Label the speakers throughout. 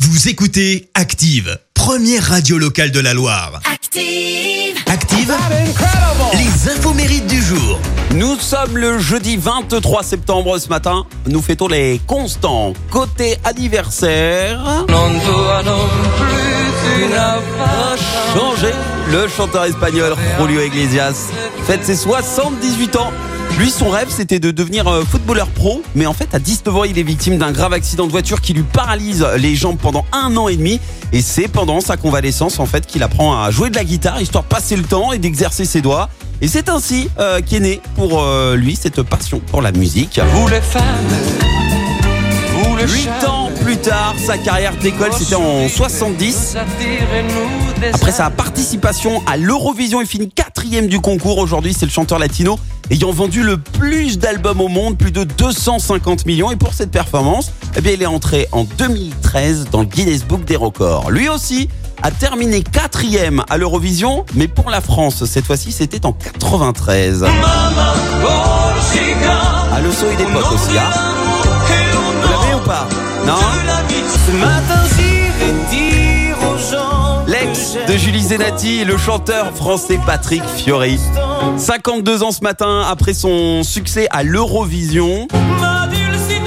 Speaker 1: Vous écoutez Active, première radio locale de la Loire.
Speaker 2: Active.
Speaker 1: Active, les infos mérites du jour.
Speaker 3: Nous sommes le jeudi 23 septembre ce matin. Nous fêtons les constants côté anniversaire. Changé, le chanteur espagnol Julio Iglesias fête ses 78 ans. Lui, son rêve, c'était de devenir euh, footballeur pro, mais en fait, à 19 ans, il est victime d'un grave accident de voiture qui lui paralyse les jambes pendant un an et demi. Et c'est pendant sa convalescence, en fait, qu'il apprend à jouer de la guitare, histoire de passer le temps et d'exercer ses doigts. Et c'est ainsi euh, qu'est née pour euh, lui cette passion pour la musique.
Speaker 4: Vous les femmes, vous les
Speaker 3: 8
Speaker 4: charmes,
Speaker 3: ans plus tard, sa carrière d'école, c'était en 70.
Speaker 4: nous attirez, nous désarmez.
Speaker 3: Après sa participation à l'Eurovision, il finit quatrième du concours. Aujourd'hui, c'est le chanteur latino ayant vendu le plus d'albums au monde, plus de 250 millions. Et pour cette performance, eh bien, il est entré en 2013 dans le Guinness Book des records. Lui aussi a terminé quatrième à l'Eurovision, mais pour la France, cette fois-ci, c'était en 93. Ah, le saut est d'époque aussi, hein Vous l'avez ou pas Non
Speaker 4: Ce matin, j'irai dire aux gens
Speaker 3: L'ex
Speaker 4: que
Speaker 3: de
Speaker 4: j'aime
Speaker 3: Julie Zenati, le chanteur français Patrick Fiori. 52 ans ce matin après son succès à l'Eurovision.
Speaker 4: ma dulcinée,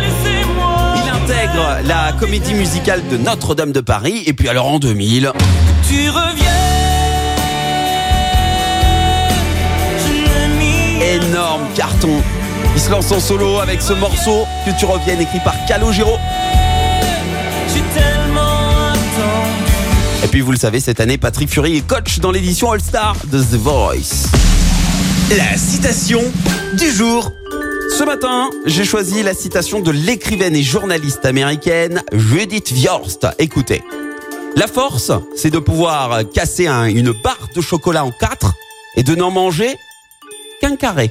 Speaker 4: laissez-moi.
Speaker 3: Il intègre la comédie musicale de Notre-Dame de Paris. Et puis alors en 2000,
Speaker 4: Tu reviens, je m'ai mis
Speaker 3: énorme carton. Il se lance en solo avec ce morceau que tu reviennes écrit par Calogero.
Speaker 4: J'ai tellement attendu.
Speaker 3: Et puis vous le savez, cette année, Patrick Fiori est coach dans l'édition All-Star de The Voice.
Speaker 1: La citation du jour.
Speaker 3: Ce matin, j'ai choisi la citation de l'écrivaine et journaliste américaine Judith Viorst. Écoutez. La force, c'est de pouvoir casser un- une barre de chocolat en quatre et de n'en manger qu'un carré.